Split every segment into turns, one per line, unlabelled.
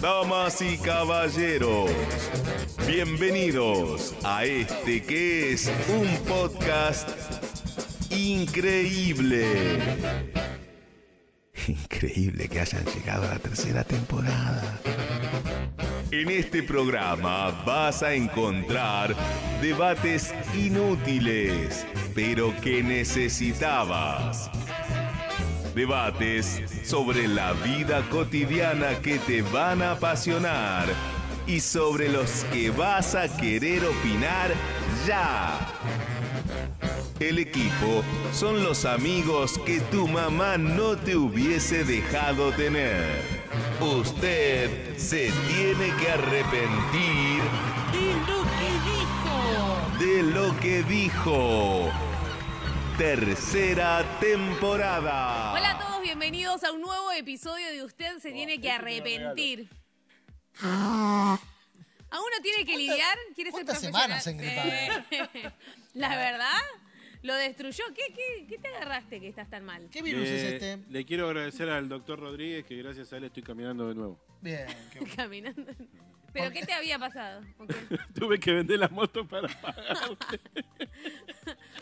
Damas y caballeros, bienvenidos a este que es un podcast increíble.
Increíble que hayan llegado a la tercera temporada.
En este programa vas a encontrar debates inútiles, pero que necesitabas. Debates sobre la vida cotidiana que te van a apasionar y sobre los que vas a querer opinar ya. El equipo son los amigos que tu mamá no te hubiese dejado tener. Usted se tiene que arrepentir
Y lo que dijo.
de lo que dijo. Tercera temporada.
Hola a todos, bienvenidos a un nuevo episodio de Usted
Oh,
se tiene
este
que arrepentir. ¿A uno tiene que lidiar? ¿Quiere ser
cuántas
profesional?
semanas en eh?
Sí. La verdad, lo destruyó. ¿Qué, qué, qué te agarraste que estás tan mal?
¿Qué virus es
Le-
este?
Eh, Le quiero agradecer al doctor Rodríguez que gracias a él estoy caminando de nuevo.
Bien, qué bueno.
Caminando. ¿Pero qué te había pasado? ¿O qué?
Tuve que vender la moto para pagar.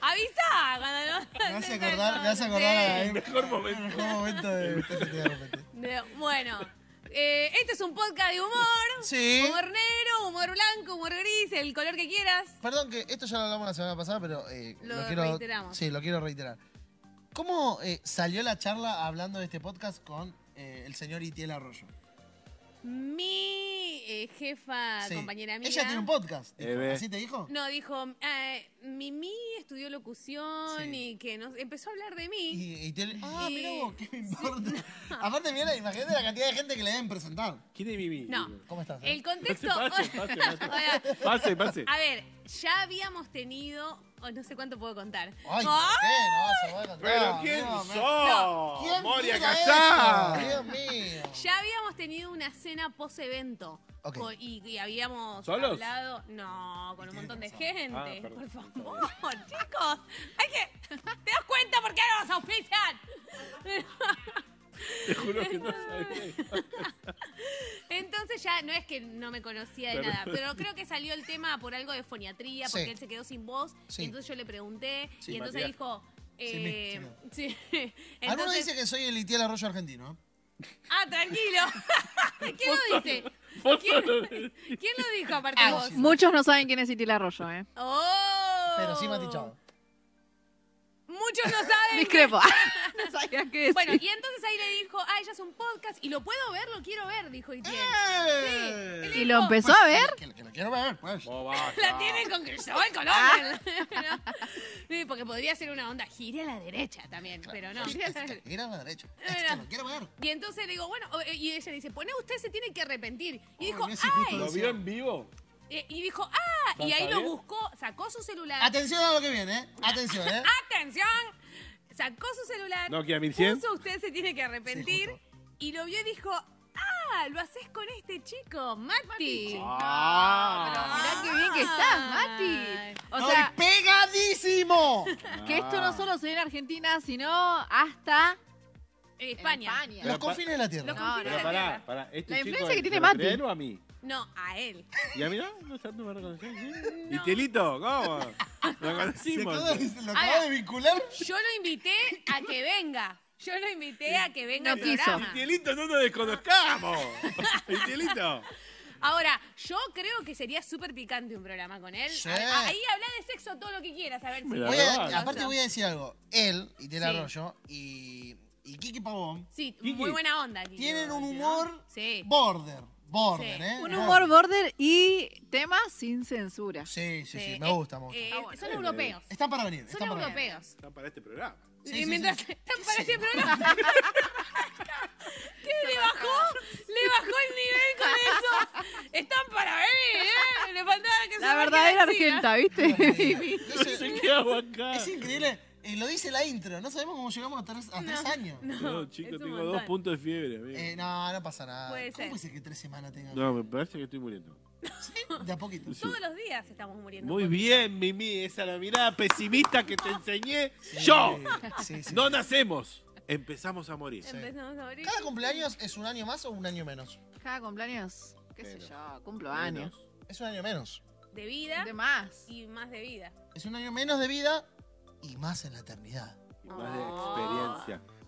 ¡Avisa! Cuando no-
Me hace acordar, me hace acordar a
Sí.
el mejor momento. El mejor momento de este sentido de repente.
De- Bueno, eh, este es un podcast de humor.
Sí.
Humor negro, humor blanco, humor gris, el color que quieras.
Perdón, que esto ya lo hablamos la semana pasada, pero eh,
Lo
quiero.
reiteramos.
Sí, lo quiero reiterar. ¿Cómo eh, salió la charla hablando de este podcast con eh, el señor Itiel Arroyo?
Mi eh, jefa,
Sí.
compañera mía.
Ella tiene un podcast. dijo.
Eh, ve.
¿Así te dijo?
No, dijo, eh, Mimi estudió locución
Sí.
y que nos empezó a hablar de mí.
Y, Itiel. Ah,
Y-
mirá vos, ¿qué me importa? Aparte, mirá, imagínate la cantidad de gente que le deben presentar.
¿Quién es Mimi?
No.
¿Cómo estás? eh?
El contexto.
Pase, pase, pase.
Hola.
Pase, pase.
Ah,
A ver, ya habíamos tenido. oh, no sé cuánto puedo contar.
Ay,
¡Ah!
¿qué? No, se va a contar.
Pero ¿quién
Dios mío.
sos?
¿Quién
Moria
mira
Casá.
esto? Dios mío.
Ya habíamos tenido una cena post-evento.
Ok.
Con- Y, y habíamos
¿Solos?
hablado. No, con un montón de gente.
Ah, perdón.
por favor, chicos. Hay que. ¿Te das cuenta por qué no nos auspician?
Te juro que no sabía.
Entonces ya no es que no me conocía de
Pero-
nada, pero creo que salió el tema por algo de foniatría, porque
Sí.
él se quedó sin voz.
Sí.
Y entonces yo le pregunté.
Sí,
y entonces
Matías.
dijo.
Sin mí,
eh, sí.
Algunos
Entonces-
dicen que soy el Itiel Arroyo argentino. ¿eh?
Ah, tranquilo. ¿Quién lo dice?
vos
¿Quién,
solo decís.
quién lo dijo aparte de vos?
Muchos no saben quién es Itil Arroyo, ¿eh?
¡Oh!
Pero sí me han dicho.
Muchos no saben.
Discrepo. no sabía qué es.
Bueno, y entonces ahí le dijo, ah, ella es un podcast y lo puedo ver, lo quiero ver, dijo Itiel.
Ah. ¡Eh!
y lo empezó a ver.
Que, que lo quiero ver, pues.
Vos basta.
La tiene con Cristóbal
Ah.
Colón. ¿no? Porque podría ser una onda, gire a la derecha también, pero no.
Este, que era la derecha. Este,
Mira.
lo quiero ver.
Y entonces le digo, bueno, o- eh, y ella le dice, pone usted se tiene que arrepentir. Y dijo,
no es injusto
ay.
¿Lo vio en vivo?
Eh, Y dijo, ah. Y ahí lo
¿Tantabia?
buscó, sacó su celular.
Atención a lo que viene, ¿eh? Atención, ¿eh?
¡Atención! Sacó su celular.
Nokia 1100.
Puso usted se tiene que arrepentir.
Sí,
y lo vio y dijo, ah, lo haces con este chico, Mati.
Ah.
Mirá qué bien que estás, Mati. O
¡Estoy
sea,
pegadísimo!
que esto no solo se ve en Argentina, sino hasta
En
en
España.
Los
pa-
confines de la tierra.
Los confines
Pero
de la
pará,
tierra.
pará. Este chico
La influencia que
¿se
tiene
lo
Mati.
creen o a mí?
No, a él.
¿Y a mí no? No, ya no me reconocí. ¿Y Tielito? ¿Cómo? Lo
Se
conocimos.
acaba de- lo
A
acaba de
ver.
vincular.
Yo lo invité a que venga. Yo lo invité a que venga al
No quiso.
programa.
Tielito, no nos desconozcamos. ¿Y Tielito?
Ahora, yo creo que sería súper picante un programa con él.
Sí.
A- a- Ahí habla de sexo todo lo que quieras, a ver si.
Me la
Voy a-
verdad.
aparte, voy a decir algo. Él, Itiel
Sí.
Arroyo y, y Kiki Pavón
Sí,
Kiki.
muy buena onda. Kiki.
tienen un
¿no?
humor
Sí.
border. Border,
Sí.
¿eh?
un humor border y temas sin censura.
Sí, sí, sí.
Eh,
Me
eh,
gusta, me gusta.
Ah,
eh, son europeos.
Están para venir.
Son
Están para venir.
europeos.
Está para este programa.
Sí,
y
sí,
mientras
sí.
están para este programa. ¿Qué? ¿Le bajó? ¿Le bajó el nivel con eso? Están para venir, ¿eh? Le faltaba que se
La
baje
verdadera
encina.
argenta, ¿viste?
No sé,
Se qué hago acá.
Es increíble. eh, lo dice la intro. No sabemos cómo llegamos a tres, a tres años.
No,
No,
es
chico,
un
tengo
montón.
dos puntos de fiebre, amigo.
Eh, no, no pasa nada.
Puede
¿Cómo
ser.
puede ser que tres semanas tenga?
No, me parece que estoy muriendo.
¿Sí? De a poquito.
Sí.
Todos los días estamos muriendo.
Muy bien, Mimi, esa es la mirada pesimista que te enseñé yo.
Sí, sí.
No nacemos. empezamos a morir.
Empezamos a abrir.
¿Cada cumpleaños es un año más o un año menos?
Cada cumpleaños, qué sé
Menos.
yo, cumplo años.
Es un año menos.
De vida
De más.
y más de vida.
Es un año menos de vida y más en la eternidad.
Y más
Oh.
de experiencia.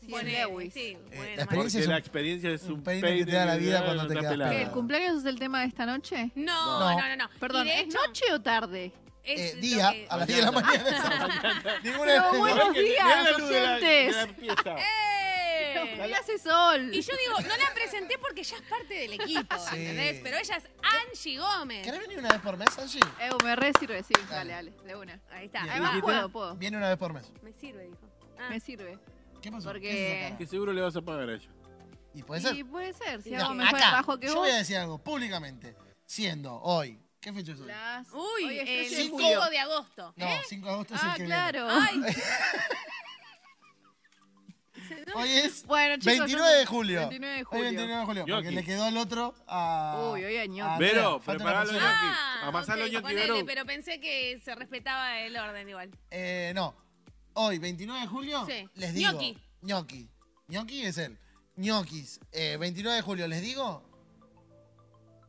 Sí,
Ponele,
Lewis.
sí,
Eh,
bueno,
la
más-
experiencia
Porque
es
la
un-
experiencia es
un
un
peine
peine
que te da la vida
de
cuando te
una
quedas
pelada.
¿Que
pelado.
¿El cumpleaños es el tema de esta noche?
No,
No.
no, no, no.
Perdón,
Y de
¿es
hecho,
noche o tarde?
es
Eh,
lo
día
que-
a las 10 de la mañana. Ninguna
Pero
de-
bueno. Buenos
Mirá la
días,
luz de la-
oyentes.
de la pieza.
¡Eh!
Y hace sol.
Y yo digo, no la presenté porque ella es parte del equipo,
Sí.
¿entendés? Pero ella es Angie Gómez.
¿Querés venir una vez por mes, Angie?
Eu, Eh, me re sirve, sí. Dale, dale, de una.
Ahí está.
Bien.
Además,
Además,
¿Dijiste?
puedo, puedo.
Viene una vez por mes.
me sirve, dijo. Ah,
Me sirve.
¿Qué pasó?
Porque-
¿Qué es esa
Que
cara?
seguro le vas a pagar a ella.
¿Y puede
Y
ser?
puede ser, si
No,
hago mejor
acá,
trabajo que
yo
vos.
voy a decir algo públicamente. Siendo hoy, ¿qué fecha es hoy?
Las-
Uy,
Hoy es
el
13 de
5
julio.
de agosto.
No, 5 de agosto es el
Ah,
que viene.
claro.
Hoy es
Bueno, chicos.
29 de
yo-
julio.
29 de julio.
Hoy 29 de julio. Porque
Gnocchi.
le quedó el otro a.
Uy, hoy hay ñoqui.
a Andrea.
Vero,
Falta una
preparalo
persona.
ñoqui.
Ah,
Amasá los
ok,
ñoqui,
ponele,
Vero.
pero pensé que se respetaba el orden igual.
Eh, no. Hoy, 29 de julio,
Sí.
les digo.
Gnocchi.
Gnocchi. Gnocchi es él. Gnocchis. Eh, 29 de julio, les digo.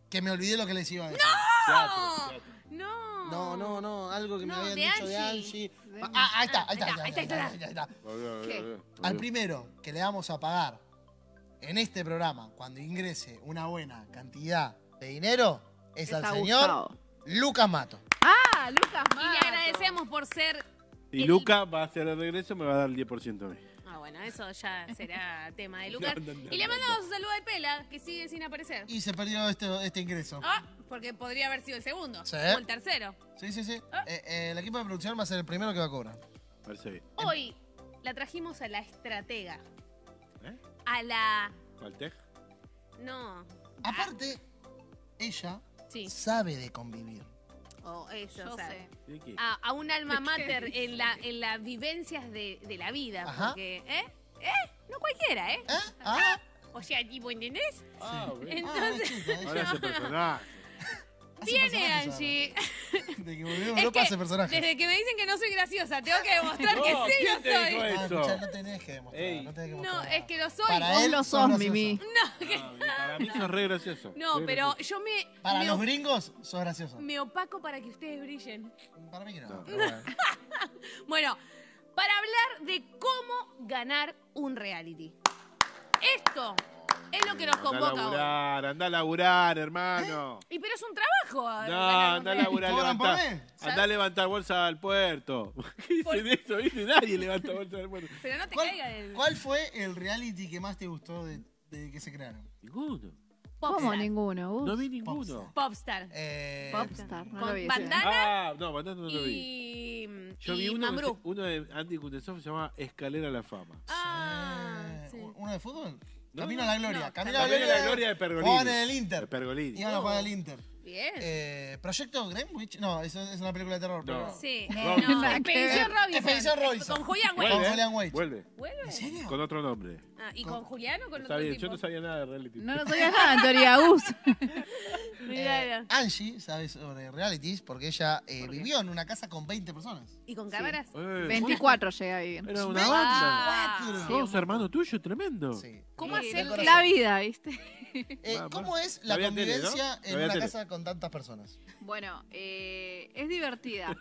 Que me olvidé lo que les iba a decir.
Teatro, teatro.
No.
No, no, no. Algo que me
No,
habían
de
dicho de Angie.
Angie.
Ah, ahí está,
Ah,
ahí está.
ahí está,
ahí está, ahí está.
Volvió, volvió,
¿Qué?
volvió.
Al primero que le vamos a pagar en este programa, cuando ingrese una buena cantidad de dinero, es,
Es
al
a
señor
Gustavo.
Lucas Mato.
Ah, Lucas
Y le
Mato.
agradecemos por ser.
Y Luca va a hacer el regreso, me va a dar el 10% a mí.
Ah, bueno, eso ya será tema de Lucas.
No, no, no,
y le
no,
mandamos un saludo al Pela, que sigue sin aparecer.
Y se perdió este, este ingreso.
Ah, porque podría haber sido el segundo.
Sí.
O el tercero.
Sí, sí, sí.
Ah.
Eh, eh, el equipo de producción va a ser el primero que va a cobrar.
Parece bien.
Hoy la trajimos a la estratega.
¿Eh?
A la.
¿Caltej?
No.
Aparte, ella
Ah. Sí.
sabe de convivir.
O eso,
Yo
o sea,
sé.
¿De qué?
A, a un alma mater en la en las vivencias de, de la vida.
Ajá.
Porque, ¿eh? ¿Eh? No cualquiera, ¿eh?
¿Eh? ¿Ah?
O sea, tipo, ¿entendés?
Ah, bueno.
Entonces,
ah, chica, ella
Ahora ese personaje. Ah,
hace
viene
personajes ahora.
Angie.
De que volvió a
Es
Europa
que
hace personajes.
Desde que me dicen que no soy graciosa, tengo que demostrar que
No,
sí
¿quién
lo
te dijo
soy.
Ah,
eso?
escuchá, no tenés que demostrar.
Ey.
No, tenés que
No,
demostrar
es que lo soy.
Para
Vos
él
lo
sos
sos,
gracioso.
Mimi.
Ah, y Para mí sos re gracioso.
No,
Re
pero
gracioso.
yo me,
Para
me,
los
op-
gringos, sos gracioso.
me opaco para que ustedes brillen.
Para mí que no.
No.
pero bueno.
Bueno, para hablar de cómo ganar un reality. Esto es lo que nos
Andá a
convoca hoy.
laburar, andá a laburar, hermano.
Y pero es un trabajo.
No,
ganar un
andá a
reality.
laburar,
¿Cobran por
levantá.
mes?
Andá a levantar bolsa al puerto. ¿Qué dicen eso? ¿Viste? Nadie levanta bolsa al puerto.
Pero no te
¿Cuál,
caiga del
cuál fue el reality que más te gustó de, de que se crearon?
Ninguno.
¿Cómo
popstar.
ninguno? Gus?
No vi ninguno.
Popstar.
Eh,
Popstar, no lo
Con
vi.
bandana
Ah, no, bandana no lo vi.
y,
Yo
y
vi uno,
Mambrú.
uno de Andy Kundesov se llama Escalera a la Fama.
Ah,
eh,
sí.
¿Uno de fútbol?
No,
Camino a
no,
la gloria.
no.
Camino a la
También
gloria.
la gloria de Pergolini.
Jugaban en el Inter.
De Pergolini.
Iban a jugar
Uh.
al Inter.
Bien.
Eh, ¿Proyecto Greenwich? No, eso es una película de terror.
No.
pero-
sí.
No,
No,
nada que
Expedición
ver.
Robinson.
Expedición Robinson.
Con Julián
Bueno.
Wade.
Con Julian Weich.
Vuelve.
¿Vuelve?
¿En serio?
Con otro nombre.
Ah, ¿Y con Julián o con
Está
otro
bien,
tipo?
yo no sabía nada de reality.
No nos sabías nada, en teoría, Gus.
Eh, Angie sabe sobre realities porque ella eh, vivió en una casa con 20 personas.
¿Y con cámaras?
Eh,
24 llega bien.
Era una
Ve-
banda.
Ah.
Cuatro.
Todos hermanos tuyos, tremendo.
Sí.
¿Cómo
Sí,
hacer
no
que-
conozco.
La vida, ¿viste?
Eh,
Va, va.
¿Cómo es
No
la
había tele, ¿no?
convivencia
No
en
había
una
tele.
casa con tantas personas?
Bueno, eh, es divertida.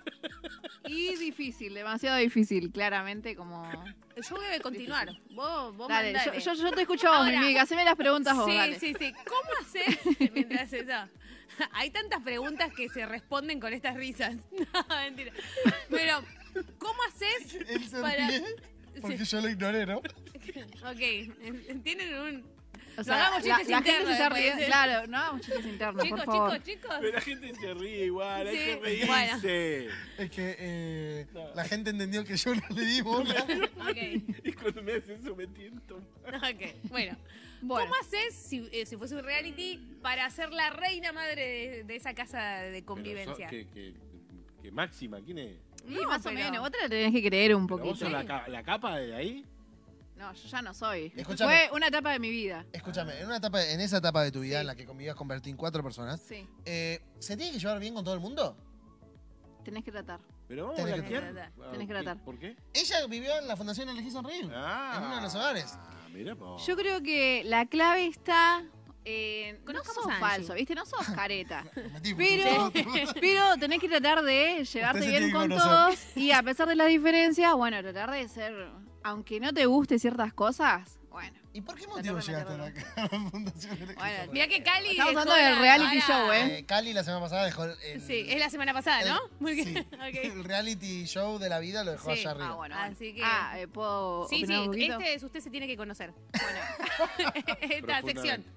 Y difícil, demasiado difícil, claramente, como...
Yo voy a continuar. Vos, vos
Dale, yo,
mandale.
yo, yo te escucho a vos,
Ahora.
Mimi, haceme las preguntas vos,
sí,
dale.
sí, sí. ¿Cómo hacer mientras eso? Hay tantas preguntas que se responden con estas risas. No, mentira. Pero, ¿cómo haces
Él se
para...?
ríe porque yo lo ignoré, ¿no?
Ok, en- tienen un...
O
No hagamos
la,
chistes
la gente
internos
se está
después,
riendo.
¿eh?
Claro, no hagamos chistes internos,
Chicos,
por favor.
chicos, chicos.
Pero la gente se ríe igual, hay
Sí,
que
bueno.
reírse.
Es que eh, la gente entendió que yo no le di bola.
Ok,
Y cuando me hacen eso me tiento.
ok. Bueno,
Bueno.
¿cómo haces, si, eh, si fuese un reality, para ser la reina madre de, de esa casa de convivencia?
Que, que, que máxima, ¿quién es?
Y
No,
más
pero-
o menos, vos te la tenés que creer un
¿Pero ¿Vos
poquito.
sos la, ca- la capa de ahí?
No, yo ya no soy.
Escúchame.
Fue una etapa de mi vida.
Escúchame, en, una etapa, en esa etapa de tu vida
Sí.
en la que convivías con Bertín cuatro personas,
Sí,
eh, ¿se tiene que llevar bien con todo el mundo?
tenés que tratar.
Pero vamos
Tenés
a
que
laquear.
tratar.
Ah,
Tenés que
¿qué-
tratar.
¿Por qué?
Ella vivió en la Fundación Elegí Sonreír,
Ah,
en uno de los hogares.
Mirá,
Oh.
vos.
Yo creo que la clave está. en no
Conozcamos
sos
a Angie.
falso, ¿viste? No sos careta.
Me metí,
Pero, pero tenés que tratar de llevarte
Usted se
bien
tiene que
con
conocer.
todos y a pesar de las diferencias, bueno, tratar de ser, aunque no te guste ciertas cosas, bueno.
¿Y por qué motivo
Perdón,
llegaste a
perdón.
la, a la Fundación Elegí
Bueno,
Sonreír?
Mirá que Cali.
Estamos
dejó
hablando del
la-
reality
para-
show, ¿eh?
Eh, Cali la semana pasada dejó el,
Sí, es la semana
Ah,
pasada, ¿no?
el-
Muy
sí,
bien. Ok.
el reality show de la vida lo dejó
Sí.
allá arriba.
Ah, bueno.
Así
bueno.
que-
Ah, eh, ¿puedo
Sí,
opinar un
sí,
poquito?
este es usted se tiene que conocer. Esta sección.
Perfectamente.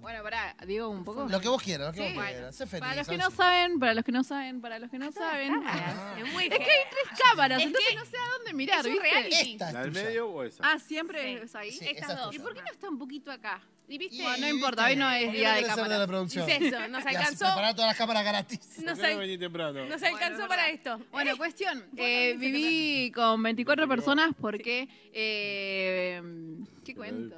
Bueno, pará, digo un poco.
Lo que vos quieras, lo que
Sí.
vos
Bueno,
quieras. Sé feliz.
Para los que
Angie.
no saben, para los que no saben, para los que no saben.
Cámaras, Ah, Es muy
Es que hay tres cámaras,
Es
entonces
que
no sé a dónde mirar,
es un
¿viste?
reality.
Esta es
¿La del
tuya.
medio o esa?
Ah, siempre
Sí.
es ahí.
Sí,
Estas
esa es
dos.
¿Y
tuya.
por qué no está un poquito acá?
¿Y viste?
Y-
Bueno, no importa, hoy no es
¿Por qué
día
no
de
querés ser
cámaras.
la producción.
Dice eso, nos
Las-
alcanzó,
Prepará todas las cámaras gratis.
¿Por
nos,
qué
al-
no venís temprano?
nos
Bueno,
alcanzó
es
para
verdad.
esto.
Bueno, cuestión.
Bueno,
eh,
dice
viví con 24 personas porque. eh, ¿Qué cuento?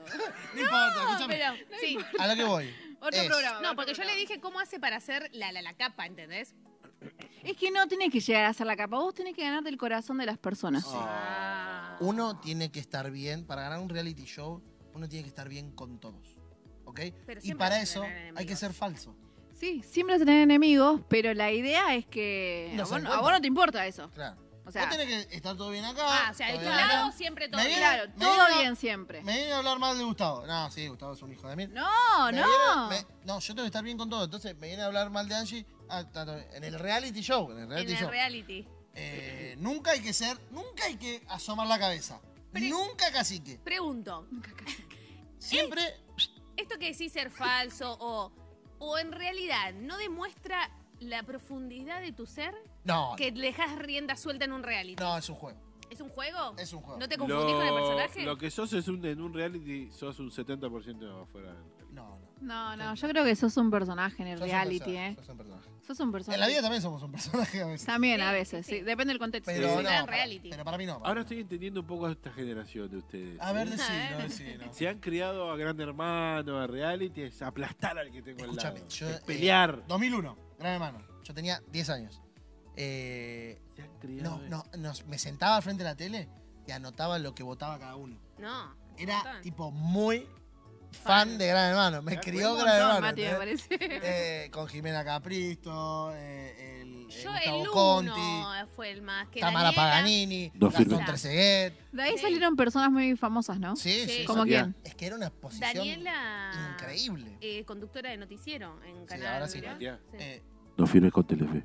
No importa,
No,
escúchame.
pero, sí.
A lo que voy.
Otro
es-
programa.
No,
otro
porque yo le
programa.
dije cómo hace para hacer la, la, la capa, ¿entendés?
Es que no tenés que llegar a hacer la capa, vos tenés que ganarte el corazón de las personas.
Oh.
Ah.
Uno tiene que estar bien, para ganar un reality show, uno tiene que estar bien con todos. ¿Ok?
Pero
Y
siempre
para
vas a
eso
tener
hay que
enemigos.
ser falso.
Sí, siempre vas a tener enemigos, pero la idea es que. A
Los
vos, a
encuentras.
vos no te importa eso.
Claro.
O sea,
Vos tenés que estar todo bien acá.
Ah, o sea, de
todo
tu
bien acá.
lado siempre todo.
Me
bien.
viene-
claro,
me
todo
viene-
bien siempre.
Me viene a hablar mal de Gustavo. No, sí, Gustavo es un hijo de mil.
No,
Me
no.
viene- me- no, yo tengo que estar bien con todo. Entonces me viene a hablar mal de Angie ah, está todo bien. en el reality show. En el
En
reality
el
show.
reality.
Eh, nunca hay que ser, nunca hay que asomar la cabeza. nunca cacique.
Pregunto,
Siempre.
esto que decís ser falso o, o en realidad no demuestra la profundidad de tu ser
No,
que le dejas rienda suelta en un reality.
no, es un juego.
¿Es un juego?
Es un juego.
¿No te confundís con el personaje?
Lo que sos es un, en un reality, sos un 70% afuera. del reality.
No, no.
No, no, yo creo que sos un personaje en el
Sos un
reality,
personaje,
¿eh?
sos un personaje.
Sos un personaje.
En la vida también somos un personaje a veces.
También a
Sí,
veces,
sí,
sí.
sí.
Depende del contexto.
Pero
Sí.
no.
Era en
para-
reality.
Pero para mí no. para
Ahora
mí
estoy entendiendo un poco a esta generación de ustedes.
no. A ver,
¿eh?
decilo, decilo.
Se han criado a Gran Hermano, a reality, es aplastar al que tengo al
Escúchame,
lado.
yo.
es
eh,
pelear.
2001, gran hermano. Yo tenía 10 años. Eh,
Se han criado.
no,
eh.
no, nos- me sentaba al frente de la tele y anotaba lo que votaba cada uno.
No.
Era
montón.
tipo muy fan de Gran Hermano. Me crió Gran Hermano.
Mati, me
¿entendés?
parece.
Eh, con Gimena Capristo, eh, el, eh,
Yo
Gustavo
el
Conti,
uno fue el más que
Tamara
Daniela.
Paganini,
No
Gastón
firme.
Trezeguet.
De ahí
Sí.
salieron personas muy famosas, ¿no?
Sí, sí.
Sí.
sí.
¿Como
Sabía.
quién?
Es que era una exposición
Daniela.
increíble.
eh, conductora de noticiero en Canal
ahora sí.
Mirá.
Ya.
Eh,
No firmes con Telefe.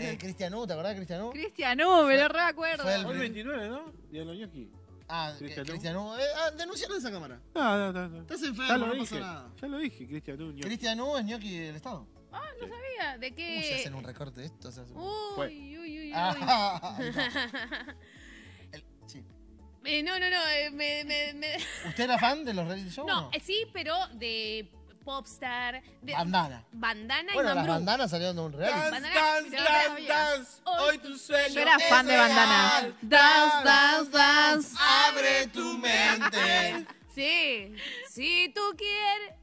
eh, Cristian U, ¿te acordás de Cristian U?
Cristian, no, me lo recuerdo.
fue el-
Hoy 29, ¿no? Día de los ñoquis.
Ah, eh,
Cristian U.
Cristian U. Eh, ah, denuncialo en esa cámara.
No, no, no. no.
Estás
Ya
enfermo,
lo
no
dije.
pasa nada.
Ya lo dije, Cristian Nuño.
Cristian U es ñoqui del Estado.
Sabía ¿De
Uy, se
qué?
hacen un recorte de esto. se hacen un-
Fue.
Uy, uy, uy, uy.
Ah, ahí va. El- sí.
Eh, no, no, no. eh, me- me- me-
¿Usted era fan de los reality shows? o
No, eh, sí, pero de Popstar, de
Bandana.
Bandana y
Bueno, las
Mambrú.
bandanas salieron de un reality.
Dance, dance, dance,
dance.
hoy
tu sueño.
Yo era fan de bandana. Dance, dance,
Ah,
dance.
Abre tu mente.
Sí, si tú quieres.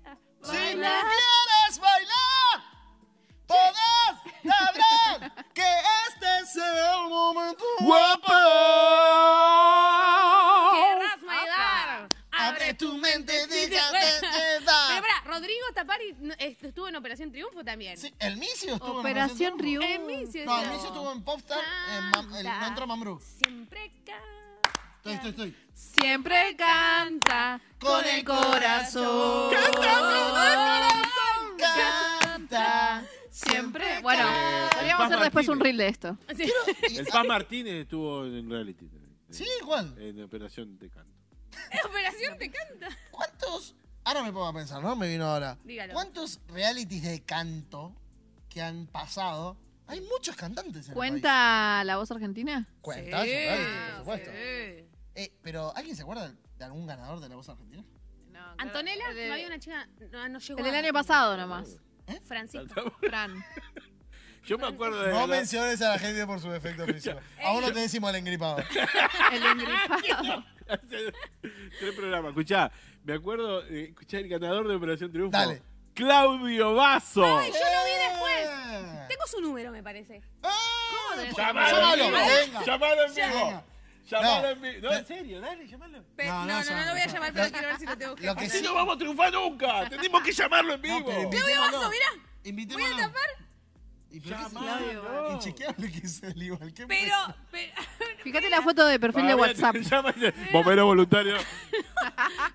Si tú
bailar.
quieres bailar, podés ladrar. Que este sea el momento.
¡Guapa!
Oh,
Querrás
ah,
bailar.
Abre tu mente,
Sí,
déjate
bueno. pues. Pero
llevar.
pará, Rodrigo Tapari no, eh, estuvo en Operación Triunfo también.
Sí, el Micio estuvo
Operación
en Operación
Río.
En mi ciudad.
Triunfo. No, el Micio estuvo en Popstar. En Mam- el, no entró Mambrú.
Siempre
Estoy, estoy, estoy.
Siempre canta con el corazón.
Canta.
Siempre. Bueno,
Eh,
podríamos
el
hacer
Paz
después un
Martínez.
reel de esto.
Eh,
El Paz Martínez estuvo en reality. también, en-
ah, Sí, Juan.
En Operación de Canto.
Operación te canta.
¿Cuántos? Ahora me pongo a pensar, ¿no? Me vino ahora.
Dígalo.
¿Cuántos realities de canto que han pasado? Hay muchos cantantes en el
¿Cuenta la voz argentina?
país. Cuenta. es un reality, por
Sí,
supuesto.
sí.
Eh, pero ¿alguien se acuerda de algún ganador de la voz argentina?
Antonella, no había una chica. No, no llegó.
El del
a-
año pasado nomás.
Francisco.
Fran.
Yo me acuerdo de.
No
la-
menciones a la gente por su defecto físico. Aún no te decimos el engripado.
El engripado.
Hace Tres programas. Escuchá, me acuerdo, eh, escuchá el ganador de Operación Triunfo.
Dale.
Claudio Vaso.
Yo lo vi después.
Eh.
Tengo su número, me parece.
Ah,
tenés que
Llamalo
Llamalo,
en vivo.
venga.
Llamalo en vivo.
Venga.
Llamalo
No.
en vivo. No, en serio, dale, llamalo.
Pe-
No,
no,
no,
no, no,
llama,
lo voy a
llama.
llamar, pero quiero ver si lo tengo que
Lo que
poner.
sí-
Si no vamos a triunfar nunca. Tenemos que llamarlo en
No,
vivo.
Te
pero
voy a
invitémoslo.
vaso, mirá.
Invitémoslo.
Voy a tapar.
¿Y pero qué se-
Llamalo.
Y chequeable que es el igual. ¿Qué
Pero,
pasa?
pero,
Fíjate la foto de perfil de
Todavía te
WhatsApp.
Ah, llama y dice, Bombero voluntario.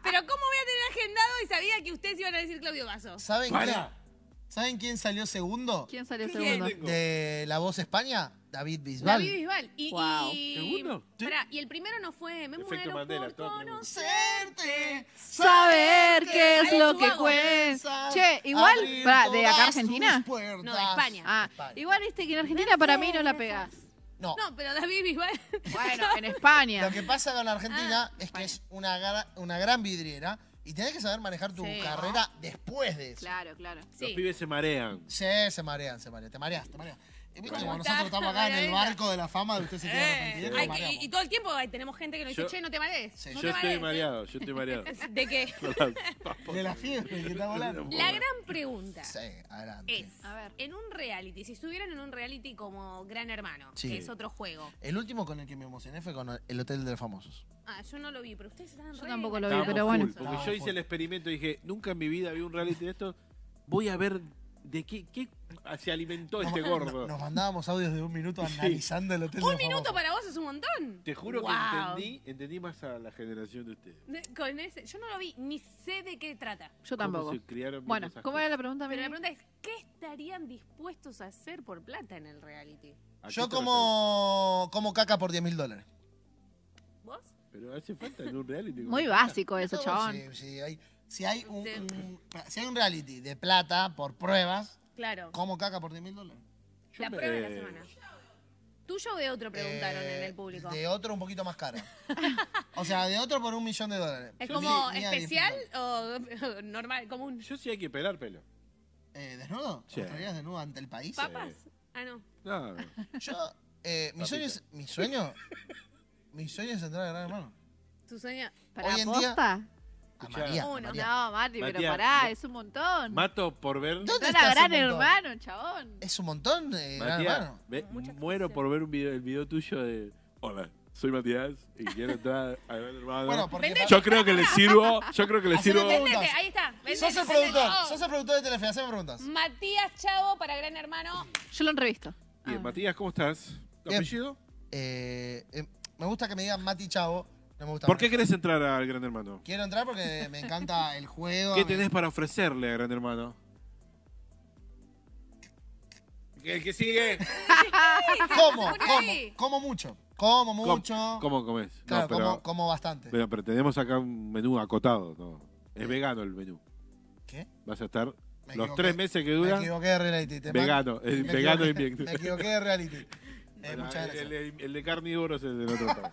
pero ¿cómo voy a tener agendado y sabía que ustedes iban a decir Claudio Vaso?
¿Saben
Para.
quién? ¿Saben quién salió segundo?
¿Quién salió
¿Quién?
segundo?
Tengo.
De La Voz España, David Bisbal.
David Bisbal. Y,
Wow.
y-
¿Segundo? Sí.
Pará, y el primero no fue Memo
Efecto
Moreno
Mandela,
por
todo el mundo.
Serte,
Saber qué es
Alex
lo que
Ubago.
cuenta.
sa-
Che, igual,
abrir
pará, de acá a
todas
Argentina.
tus puertas.
No, de España.
Ah,
España.
igual viste que en Argentina para mí no la pegás.
No.
No, pero David Bisbal.
Bueno, en
Lo
España.
que pasa con la Argentina es que
Ah, España.
es una, gra- una gran vidriera y tenés que saber manejar tu
Sí.
carrera después de eso.
Claro, claro.
Los
Sí.
pibes se marean.
Sí, se marean, se marean. Te mareas, te mareas. Y viste, como
estás,
nosotros estamos acá en el
Margarita?
barco de la fama de usted se queda
Eh,
arrepentido,
hay
nos
que- y, y
mareamos.
todo el tiempo ahí tenemos gente que nos dice,
Yo-
che, no te marees.
Sí.
no
Yo
te marees.
estoy mareado, yo estoy mareado.
¿De qué?
De la fiebre que está volando.
La gran pregunta
Sí, adelante.
es,
A ver.
en un reality, si estuvieran en un reality como Gran Hermano,
Sí.
que es otro juego.
El último con el que me emocioné fue con el Hotel de los Famosos.
Ah, yo no lo vi, pero ustedes estaban
Yo
re
tampoco lo vi,
Estábamos
pero bueno.
full, porque yo
Estábamos
hice
full.
el experimento y dije, nunca en mi vida vi un reality de esto. Voy a ver de qué, qué se alimentó este gordo.
Nos mandábamos audios de un minuto analizando el Hotel de
Un
los
minuto
Famosos.
para vos es un montón.
Te juro
Guau.
que entendí, entendí más a la generación de ustedes.
Ne- Con ese, yo no lo vi, ni sé de qué trata.
Yo
Cómo
tampoco.
se criaron viendo
Bueno,
esas
¿cómo era la pregunta?
Pero la
Miri?
pregunta es, ¿qué estarían dispuestos a hacer por plata en el reality?
cosas.
Yo
¿A qué te referís?
como, como caca por 10 mil dólares.
¿Vos?
Pero hace falta en un reality.
Muy básico eso,
Todo,
chabón.
sí, sí, hay- si, hay un,
Sí.
un- si hay un reality de plata por pruebas,
Claro.
como caca por 10 mil dólares.
Yo
La
me-
prueba de la semana. ¿Tuyo o de otro? Preguntaron
Eh,
en el público.
De otro un poquito más caro. o sea, de otro por un millón de dólares.
¿Es
Yo
como
ni- ni a diez mil
especial
dólares.
o normal, común?
Yo sí hay que pelar pelo.
Eh, ¿Desnudo?
Sí.
¿Mostrarías desnudo ante el país?
¿Papas? Ah, no.
No,
Yo, eh, mi
Papita.
sueño es, mi sueño, mi sueño es entrar a Gran Hermano.
¿Tu sueño?
¿Para
Hoy en día-
posta?
A
Escuchá.
María. a
Uno,
María.
No, Mati, pero
Matías,
pará,
no.
es un montón.
mato por ver.
¿Dónde
Era
está
gran
ese montón?
hermano, chabón.
Es un montón, eh, Gran
Matías,
Hermano.
ve-
Muchas
muero
gracias.
por ver un video, el video tuyo de. Hola, soy Matías y quiero entrar a Gran Hermano.
Bueno, porque
Vende-
yo creo que le sirvo. Yo creo que le
Haceme
sirvo.
preguntas.
Vendete, ahí está. vendete,
sos el
vendete.
productor,
Oh.
sos el productor de Telefe, haceme preguntas.
Matías Chavo para Gran Hermano.
Yo lo entrevisto.
Ah.
Bien, Matías, ¿cómo estás?
Bien.
¿Apellido?
Eh, eh, me gusta que me digan Mati Chavo, no me gusta.
¿Por qué
Manuel.
querés entrar al Gran Hermano?
Quiero entrar porque me encanta el juego.
¿Qué
me-
tenés para ofrecerle a Gran Hermano? El que sigue.
Como,
Por
como,
ahí.
como mucho, como
¿Cómo-
mucho.
¿Cómo comés? No,
Claro,
pero,
como, como bastante.
pero- pero tenemos acá un menú acotado. ¿no? Es vegano el menú.
¿Qué?
Vas a estar
Me
los
equivoqué.
tres meses que
Me
dura
equivoqué de reality. te
vegano.
man-
El
me
vegano
equivoqué-
invicto.
Me equivoqué de reality. Eh,
Bueno, eh,
muchas
el-
gracias.
El, el de carnívoros es del otro lado.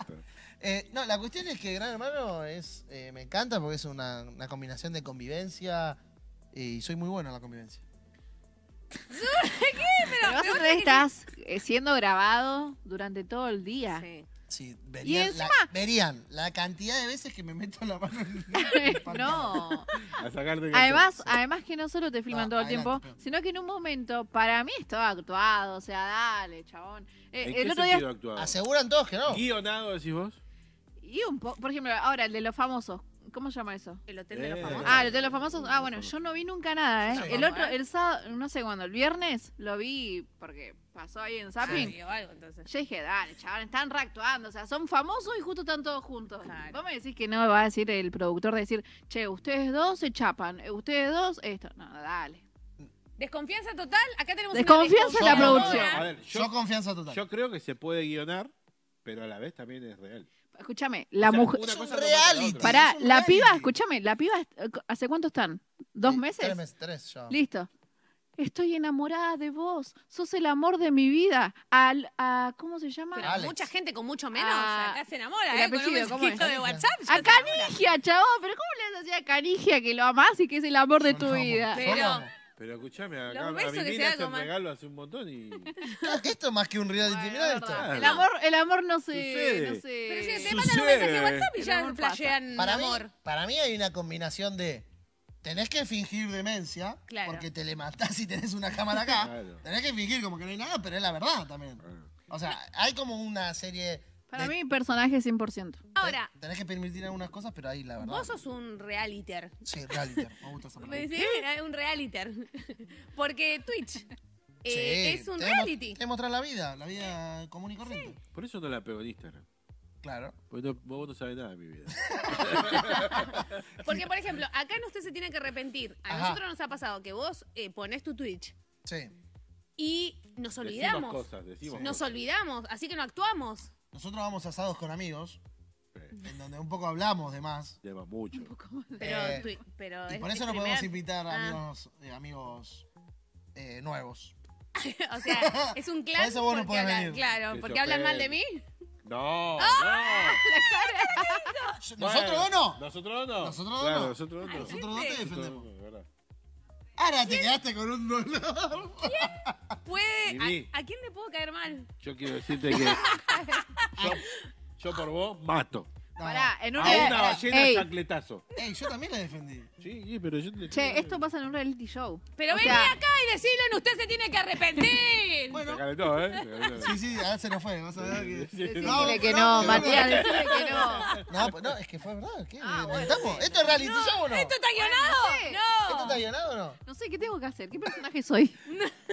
Eh, no, la cuestión es que Gran Hermano es, eh, me encanta porque es una, una combinación de convivencia y soy muy bueno en la convivencia.
Pero vos en realidad estás eh, siendo grabado durante todo el día.
Sí.
Sí, verían, la,
encima-
verían la cantidad de veces que me meto la mano en el pantalón.
no.
A sacar de
Además, además que no solo te filman
No,
todo el
adelante,
tiempo,
pero-
sino que en un momento, para mí estaba actuado, o sea, dale, chabón. Eh,
¿En
el
qué
otro día.
sentido actuado?
Aseguran todos que no.
¿Guionado decís vos?
Y un po- por ejemplo, ahora el de los famosos. ¿Cómo se llama eso?
El hotel de los
Eh.
famosos.
Ah, el de los famosos. Ah, bueno, yo no vi nunca nada,
Yo
¿eh? El
tampoco,
otro,
¿eh?
el sábado, no sé cuándo, el viernes lo vi porque pasó ahí en Zapping.
Ah, o algo, entonces.
Yo dije, dale, chaval, están reactuando, o sea, son famosos y justo están todos juntos.
Claro.
Vos me decís que no va a decir el productor, decir, che, ustedes dos se chapan, eh, ustedes dos esto. No, dale.
Desconfianza total. Acá tenemos una
Desconfianza en la
desconfiadora.
producción.
A ver,
Yo,
yo,
confianza total.
yo creo que se puede guionar, pero a la vez también es real.
Escúchame, la
O sea,
mujer...
una
Es
cosa
un
no mata a la
reality.
otra.
Pará,
es un
la
reality.
piba, escúchame, la piba, eh, ¿hace cuánto están? ¿Dos
Sí,
meses?
Tres meses, tres ya.
Listo. Estoy enamorada de vos, sos el amor de mi vida. Al, a, ¿Cómo se llama?
Pero
Alex.
mucha gente con mucho menos
Ah,
acá se enamora,
el
¿eh? Con un
apellido, ¿cómo
mensajito
es?
de WhatsApp. ya
A
se enamora.
Canigia, chavos, pero ¿cómo le haces así a Canigia que lo amás y que es el amor de
Yo
tu
lo amo,
vida?
yo lo
Pero-
amo.
Pero escuchame, acá,
Los
a mi
besos que se
mina
da
hace
con
un
Mar-
regalo hace un montón y...
Esto es más que un reality.
Bueno,
Mirá
es
esto.
verdad.
Claro.
El amor, el amor no se,
Sucede.
no se-
Pero si te
Sucede.
mandan un mensaje de WhatsApp y
El
ya
amor pasa.
flashean
Para mí,
amor.
para mí hay una combinación de. Tenés que fingir demencia,
Claro.
porque te le matás si tenés una cámara acá.
Claro.
Tenés que fingir como que no hay nada, pero es la verdad también. O sea, hay como una serie.
Para
de-
mí, personaje 100%.
Ahora,
Tenés que permitir algunas cosas, pero ahí la verdad.
vos sos un realiter.
Sí, reality. Me gusta esa palabra.
Me decís, "Eh, un realiter. Porque Twitch eh,
Sí,
es un
te demo-
reality.
Te mostrar la vida, la vida común y corriente.
Por eso no la pego en Instagram.
Claro.
Porque no- vos no sabés nada de mi vida.
Porque, por ejemplo, acá no usted se tiene que arrepentir. A
Ajá.
nosotros nos ha pasado que vos eh, ponés tu Twitch
Sí.
y nos
Decimos
olvidamos.
cosas, decimos
Nos
cosas.
olvidamos, así que no actuamos.
Nosotros vamos asados con amigos, en donde un poco hablamos de más.
Lleva mucho.
Pero,
Eh,
twi- pero
Y
es-
por
es
eso no podemos
primera-
invitar
Ah.
amigos, eh, amigos eh, nuevos.
O sea, es un clan.
Por eso vos no
porque
podés
hablan-
venir.
Claro,
Que
porque
se
hablan mal de mí.
ofenden. No, no.
¿Nosotros o no?
Nosotros no.
Nosotros
Claro,
no.
Nosotros no.
Nosotros no te defendemos.
no, de verdad.
Ahora te quedaste con un dolor.
Puede.
Viví.
¿A, a quién le puedo caer mal?
Yo quiero decirte que yo, yo por vos mato.
No,
Pará, en
A
una.
una ballena
Ey,
chancletazo.
no. Ey, yo también la defendí.
Sí, sí, pero yo te-
che, esto pasa en un reality show.
Pero
O
vení
sea,
acá y decilo, en usted se tiene que arrepentir.
Se
Bueno,
calentó, ¿eh? Se calentó.
sí, sí, ahora se nos fue. Vas a ver que.
Decile
No,
que
no,
no,
no,
Matías,
no.
decile que no.
No, pues no, es que fue verdad. ¿Qué? ¿Inventamos? ¿Esto es reality show o no?
¿Esto está
sé.
¿Esto
guionado?
está guionado o no?
No sé, ¿qué tengo que hacer? ¿Qué personaje soy?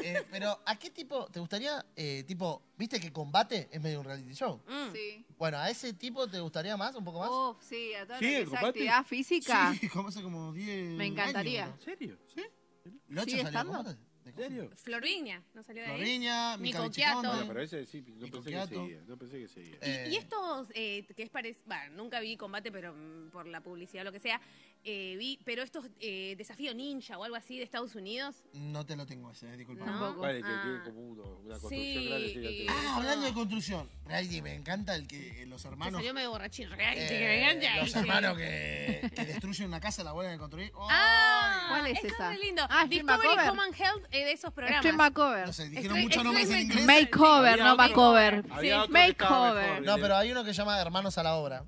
Eh, pero, ¿a qué tipo te gustaría, eh, tipo, viste que combate es medio un reality show?
No. Mm.
Sí.
Bueno, ¿a ese tipo te gustaría más, un poco más?
Uf, sí, a toda
Sí,
la
el combate.
actividad física.
Sí, como hace como 10
Me encantaría.
años,
¿En serio?
¿no? Locho
¿Sigue
salió a
estando?
combate.
¿En serio?
Florviña, ¿no salió de ahí?
Floriña,
Mi
Mica
coquiato.
Bueno,
Bichicone.
pero ese sí, no
Y
pensé que
coquiato.
seguía. No pensé que seguía.
Y, y
Eh.
estos, eh, que es parecido, nunca vi combate, pero mm, por la publicidad o lo que sea, eh, vi, pero estos eh, desafío ninja o algo así de Estados Unidos.
No te lo tengo ese, disculpa.
No.
Tampoco.
Vale, que
Ah.
tiene como uno, una construcción
Sí,
grande. así,
y-
grande.
Ah, hablando de construcción, reality, me encanta el que eh, los
Que
hermanos.
salió medio borrachín.
eh, los hermanos que, que destruyen una casa, la vuelven a construir. Oh,
Ah,
¿Cuál es
eso
esa?
re lindo.
Ah, Extreme
Discovery
Makeover.
Common Health eh, de esos programas.
Extreme makeover.
Oh, No sé, dijeron
Extreme-
muchos nombres en
Extreme
inglés.
Makeover,
Había
no
otro-
makeover.
Había
Sí.
otro que estaba
Makeover.
mejor,
No,
de-
pero hay uno que se llama Hermanos a la Obra.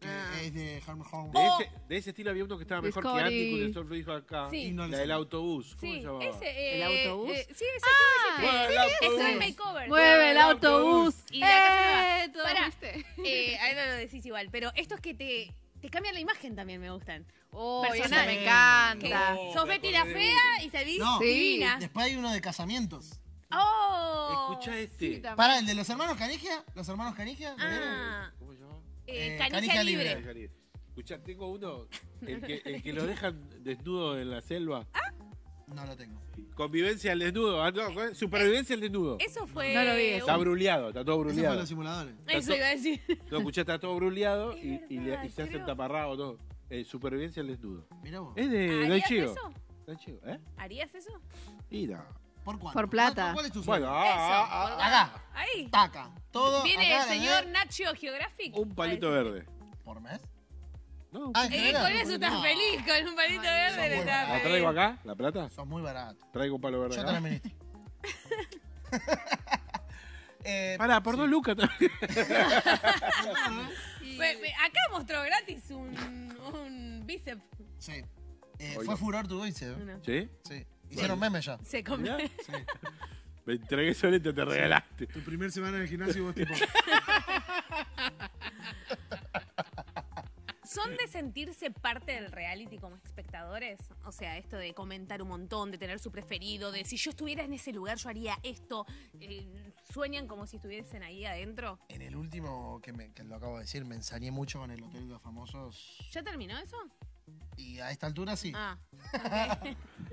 que
Ah.
Es de Harmon Home.
De ese, de ese estilo había uno que estaba mejor
Discovery.
que Atticus, que solo lo dijo acá.
Sí.
Y no le la del autobús. ¿Cómo
Sí,
se llamaba?
ese. eh,
¿El autobús?
eh, sí, ese.
Ah,
Mueve el autobús.
Extreme Makeover. Eh,
Mueve el autobús.
Y la casa
¡Eh! Todo,
Pará.
¿viste?
Eh, ahora lo decís igual, pero estos que te, te cambian la imagen también me gustan.
Oh,
Personaje.
esa me
Que
encanta.
Oh,
sos
me
Betty la
acordé de
fea y salís
No.
divina.
Después hay uno de casamientos.
¡Oh!
Escucha este.
Sí, también.
Para el de los hermanos Canigia, los hermanos Canigia. ¿lo vieron?
Ah,
¿Cómo se llamaba?
eh,
Eh,
canija,
canija
libre.
libre.
Escuchá, tengo uno, el que, el que lo dejan desnudo en la selva.
No lo tengo.
Convivencia al desnudo. ah, no, ¿cuál es? supervivencia al desnudo.
Eso fue.
No lo vi eso.
Está bruleado, está todo
Ese fue de
bruleado.
los simuladores.
Eso iba a decir.
No, escuchá, está todo bruleado
Es
y, y le-
verdad,
y se hacen
creo.
taparrado todo. Eh, supervivencia al desnudo.
Mirá vos.
Es de Don
¿Harías
Chivo.
Ah, eso?
Don Chivo, ¿eh?
¿Harías eso?
Y no.
¿Por cuánto?
Por plata.
¿Cuál- ¿Cuál es tu
Bueno,
sueldo?
ah, ah,
eso.
ah,
por-
Acá.
Ahí.
Taca. Todo.
Viene
acá,
el señor
acá.
Nacho Geographic.
un palito
Parece.
verde.
¿Por mes?
No,
Ah, en
Eh,
general.
con eso estás
No,
feliz, con un palito verde le
muy
estás
¿La
feliz.
traigo acá, eh, la plata?
Sos muy barato.
Traigo un palo verde
Yo
acá.
también viniste. eh,
Pará, por dos lucas.
Ve- ve- acá mostró gratis un, un bíceps.
sí. Eh,
Hoy
fue
no.
furor tu bici, ¿eh?
Una-
¿Sí?
Sí. Hicieron memes ya.
Se comió.
Mirá. Me entregué solito, te regalaste.
Tu primer semana en el gimnasio vos tipo.
¿Son de sentirse parte del reality como espectadores? O sea, esto de comentar un montón, de tener su preferido, de si yo estuviera en ese lugar yo haría esto. Eh, ¿Sueñan como si estuviesen ahí adentro?
En el último que, me, que lo acabo de decir, me ensañé mucho con el Hotel de los Famosos.
¿Ya terminó eso?
Y a esta altura sí.
Ah,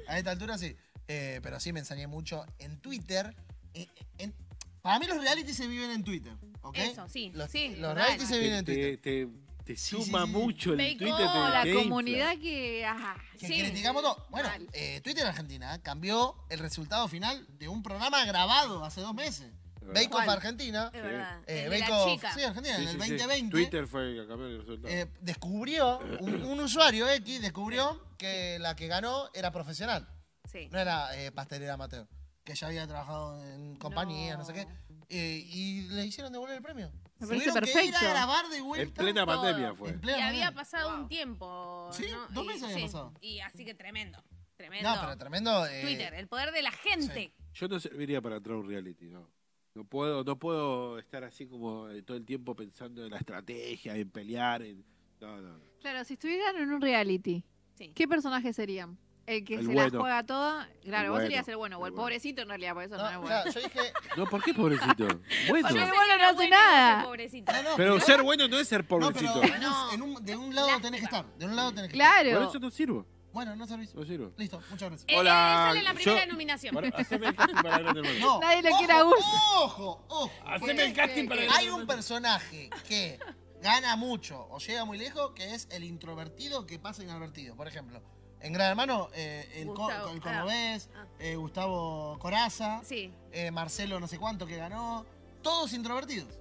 A esta altura sí. Eh, pero sí me ensañé mucho en Twitter. Eh, eh, en- para mí los reality se viven en Twitter. ¿ok?
Eso, sí,
Los,
sí,
Los
total.
reality se viven
Te,
en Twitter.
te- te- te
Sí,
suma
sí, sí.
mucho el
Pegó
Twitter. Te,
la
te infla.
comunidad que. ajá.
Que
sí.
criticamos todo. Bueno,
Mal.
eh, Twitter Argentina cambió el resultado final de un programa grabado hace dos meses.
verdad.
Bake Off
¿Cuál?
Argentina.
es verdad.
eh,
el de
Bake
la
Off-
chica.
Sí, Argentina,
Sí,
en el
sí, sí.
2020.
Twitter fue el que cambió el resultado.
eh, descubrió, un, un usuario X descubrió que la que ganó era profesional,
Sí.
no era eh, pastelera amateur, que ya había trabajado en compañía, no, sé qué. eh, y le hicieron devolver el premio.
Me parece
Tuvieron que ir
perfecto.
a grabar de vuelta.
en plena
todo.
pandemia fue.
En plena
Y había
pandemia.
pasado
Wow.
un tiempo.
Sí,
¿no?
dos
Y-
meses había
sí.
pasado.
Y así que tremendo. Tremendo.
No, pero tremendo. eh,
Twitter, el poder de la gente.
Yo no serviría para entrar a un reality, no. No puedo, no puedo estar así como eh, todo el tiempo pensando en la estrategia, en pelear, en... No, no, no.
Claro, si estuvieran en un reality,
Sí.
¿qué personajes serían? El que
El
se
bueno.
la juega toda. Claro,
El
vos
bueno.
serías el bueno, o el,
El bueno.
pobrecito en realidad, por eso no, es
No, o
bueno.
sea, yo dije.
No, ¿por qué pobrecito? Bueno.
Yo
sería
bueno no hace
bueno
nada.
ese Pobrecito.
No, no,
Pero ser bueno no es ser
No,
pobrecito.
pero en un- en un- de un lado
Lástima.
tenés que estar. De un lado tenés que
Por
Claro.
eso no sirvo,
estar. Bueno, no servís.
no sirvo.
Listo, muchas gracias.
Eh,
Él- él
Hola,
Eh, sale en la
yo-
primera nominación.
Bueno, haceme el casting para Gran Hermano.
No,
Nadie lo
ojo,
quiere a Gus.
Ojo, ojo.
Haceme el casting para Gran
Hay
Hermano.
un personaje que gana mucho o llega muy lejos que es el introvertido que pasa inadvertido. Por ejemplo, en Gran Hermano, eh, el, co-
Gustavo,
el
ah,
cordobés,
ah.
eh, Gustavo Coraza,
Sí.
eh, Marcelo no sé cuánto que ganó. Todos introvertidos.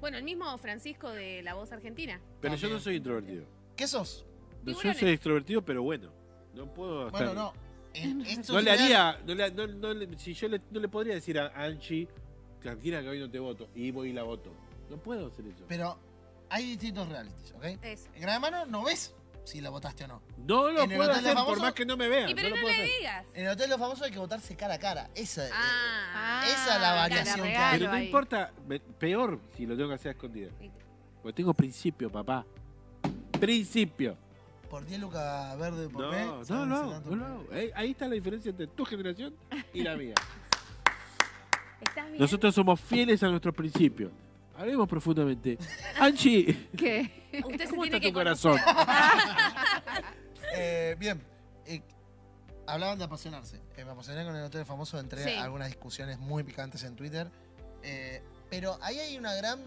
Bueno, el mismo Francisco de La Voz Argentina.
Pero yo no
También.
soy introvertido.
¿Qué sos?
No, yo
Tiburones.
soy extrovertido, pero bueno. No puedo
Bueno,
estar-
no. En estos
No le
lugares-
haría, no le, no- no le- si yo le- no le podría decir a Angie, tranquila que hoy no te voto, y voy y la voto. No puedo hacer eso.
Pero hay distintos realities, ¿ok?
Eso.
En Gran Hermano no ves si la votaste o no.
no lo
en el
puedo
hotel de
hacer por
famosos-
más que no me vean.
Y pero no,
no lo puedo
le
hacer.
digas.
En el Hotel de los Famosos hay que votarse cara a cara. Esa, eh,
Ah.
esa es la variación que hay.
Pero
Claro,
no
ahí.
importa, me- peor si lo tengo que hacer a escondidas. Porque tengo principio, papá. Principio.
eh, por 10 lucas verde por
No,
B,
no, no,
¿saben si
no,
tanto?
lo hago. Eh, Ahí está la diferencia entre tu generación y la mía.
¿Estás bien?
Nosotros somos fieles a nuestros principios. Hablemos profundamente. Angie,
¿Qué?
Usted se
¿cómo
tiene
está
que
tu corazón?
Eh, bien. eh, hablaban de apasionarse. Eh, me apasioné con el Hotel de los Famosos. Entré
Sí.
a algunas discusiones muy picantes en Twitter. Eh, pero ahí hay una gran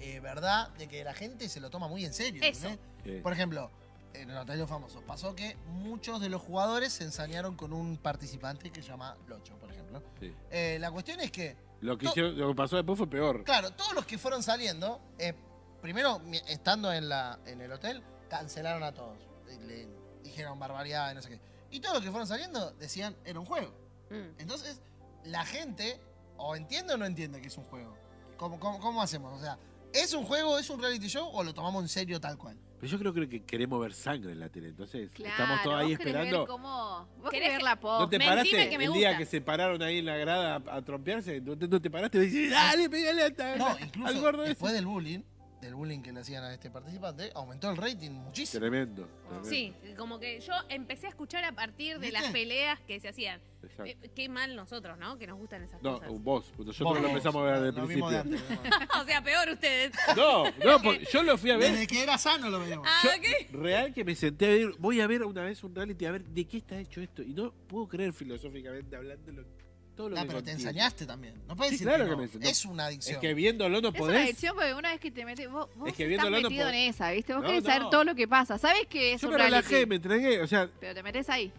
eh, verdad de que la gente se lo toma muy en serio.
Eso.
¿entendés?
Eh,
Por ejemplo, en el Hotel de los Famosos pasó que muchos de los jugadores se ensañaron con un participante que se llama Locho, por ejemplo.
sí.
Eh, la cuestión es que,
Lo que, hicieron- lo que pasó después fue peor.
claro, todos los que fueron saliendo, eh, primero mi- estando en, la, en el hotel, cancelaron a todos. Eh, Le dijeron barbaridades, no sé qué. Y todos los que fueron saliendo decían, era un juego.
Mm.
Entonces, la gente o entiende o no entiende que es un juego. ¿Cómo, cómo, cómo hacemos? O sea, ¿es un juego, es un reality show o lo tomamos en serio tal cual?
Pero yo creo, creo que queremos ver sangre en la tele, entonces
Claro.
estamos todos ahí
vos querés ver
esperando.
cómo- Vos
¿Querés
querés ver
que-
la
¿No
posta.
te
Mentime
paraste
que me
el día
gusta.
que se pararon ahí en la grada a, a trompearse? ¿No te, no te paraste? Y decís, dale, pegale hasta
No,
al- al
incluso
gordo
después
ese.
del bullying, del bullying que le hacían a este participante, aumentó el rating muchísimo.
Tremendo. tremendo.
Sí, como que yo empecé a escuchar a partir de
¿Viste?
las peleas que se hacían.
Exacto.
Eh, qué mal nosotros, ¿no? Que nos gustan esas
No, um.
cosas.
vos. Nosotros
Vos,
lo
vos,
empezamos a ver desde
lo
el
vimos de
principio.
antes, lo vimos.
o sea, peor ustedes.
No, no, porque yo lo fui a ver.
Desde que era sano lo veíamos.
Ah,
Yo-
ok.
Real que me senté a ver, voy a ver una vez un reality, a ver de qué está hecho esto. Y no puedo creer filosóficamente hablando lo- todo lo
No, Ah,
que
pero te
contiene.
ensañaste también. No puedes
Sí,
decir
claro
que
que
no.
me ensañé.
Es una adicción.
Es que viéndolo no
Es una
podés.
adicción porque una vez que te metes, vos, vos
Es que
estás
viéndolo no
metido en
podés.
esa, ¿viste? Vos
No,
querés saber
no.
todo lo que pasa. ¿Sabés que es
Yo
un
me relajé,
reality?
me entregué. O sea,
Pero te metes ahí.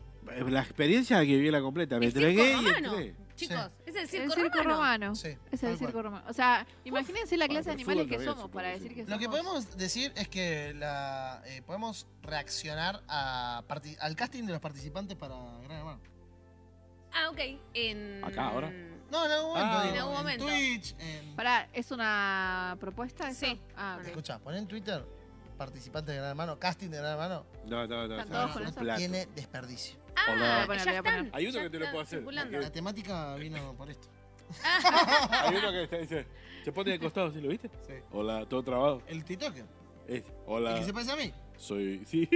la experiencia que viví la completa. Me
El circo
entregué
Ah,
y
romano.
entré.
Chicos, es el
El
circo,
circo
romano.
romano.
Sí,
Es
tal cual.
el circo romano. O sea, imagínense la
Bueno,
clase
pero
de animales
fútbol
que
también es
somos
un
para
poco circo.
decir que
Lo
somos.
que podemos decir es que la, eh, podemos reaccionar a parti- al casting de los participantes para Gran Hermano.
Ah, ok. En...
Acá, ahora.
No, en algún momento.
Ah.
digo,
En algún momento.
Twitch, en...
Pará, ¿es una propuesta eso?
Sí.
Ah, ok.
Escuchá, pon en Twitter participantes de Gran Hermano, casting de Gran Hermano.
No, no, no.
¿Están
o sea,
todos
es Ah,
con
un
eso?
plato.
Tiene desperdicio.
Ah,
Voy
ya
a poner, voy a poner.
están.
Hay uno
ya
que te lo
están
puedo hacer,
circulando.
La temática vino por esto.
Hay uno que está, dice, se pone de costado, ¿sí lo viste?
Sí.
Hola, todo trabado.
El TikToker.
Es,
¿El
hola,
que se parece a mí?
soy. Sí.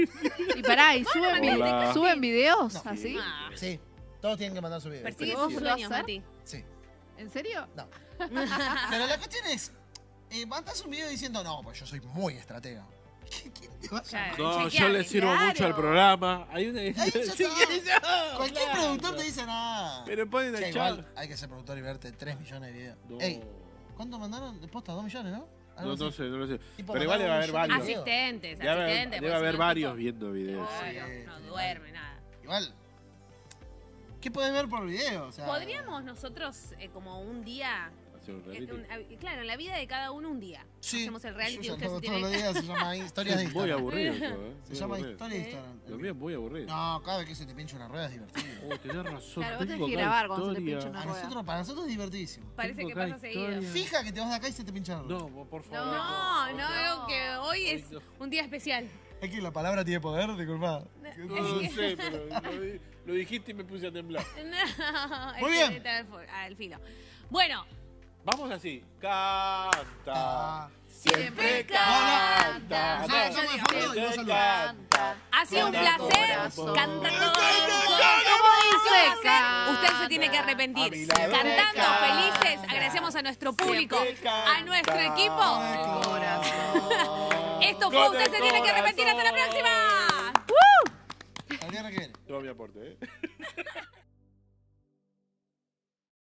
Y pará, ¿y suben, vi-
Hola.
suben videos
No.
así?
Ah,
Sí. Todos tienen que mandar su video.
persigue
¿Vos
tus
lo vas a
sueños,
hacer?
Mati.
Sí.
¿En serio?
No. Pero la cuestión es, eh, mandás un video diciendo, no, pues yo soy muy estratega. ¿Quién te va a llamar?
Claro.
No, yo
Chequeame,
le sirvo
claro.
mucho al programa. Hay una.
Ahí ya
Sí,
está.
que dice, "Ah,
Cualquier
claro".
productor te dice, nada.
Pero ponen
Che,
el
igual
chat.
hay que ser productor y verte 3 millones de videos.
No.
Ey, ¿cuánto mandaron de posta? ¿2 millones, Ah, no? Algo
No, no
así.
sé, no lo sé.
Tipo,
Pero igual
mandaron
debe haber
un millón de
varios.
videos.
Asistentes,
Debe haber,
asistentes.
debe haber varios viendo videos.
Sí,
no
sí.
duerme, nada.
Igual. ¿Qué puedes ver por video? O sea,
Podríamos nosotros, eh, como un día.
Oh,
Hacer un
eh,
reality.
un- a- claro, en la vida de cada uno, un día.
Sí.
Hacemos el
Yo
reality.
ya
ustedes
todo-
se
todos los
tienen-
días se llama historias de
Es muy
Instagram.
aburrido eso, ¿eh?
Se
Muy
llama
aburrido.
historia de Instagram.
Lo mío es muy aburrido.
No, cada vez que se te pincha una rueda es divertido.
Oh, tenés razón.
Claro, vos tenés
tengo
que
acá
grabar cuando se te
historia.
pinche una
A
rueda.
nosotros, para nosotros es divertidísimo.
Parece
Tengo
que
acá
pasa seguido.
historia.
Fija que te vas de acá y se te pincha la rueda.
No, por
No,
favor. por
no,
favor.
que hoy es
no.
un día especial.
Es que la palabra tiene poder, disculpa.
No sé, pero lo, di- lo dijiste y me puse a temblar.
No,
Muy
es que
bien.
está al fu- al filo. Bueno,
Vamos así. Canta.
Ah.
Siempre
canta.
canta.
Ah, yo me
Siempre
fui, yo saludo.
Canta.
ha sido un
Con el
placer.
corazón.
Canta todo
¿Cómo
el
dice?
corazón. Usted se tiene que
A mi
arrepentir.
lado
Cantando
canta.
felices, agradecemos a nuestro público,
Siempre canta.
a nuestro equipo.
Corazón.
Esto fue
Con
Usted
el
se tiene que arrepentir. ¡Hasta la
corazón.
próxima!
El viernes que viene.
Toma mi aporte, ¿eh?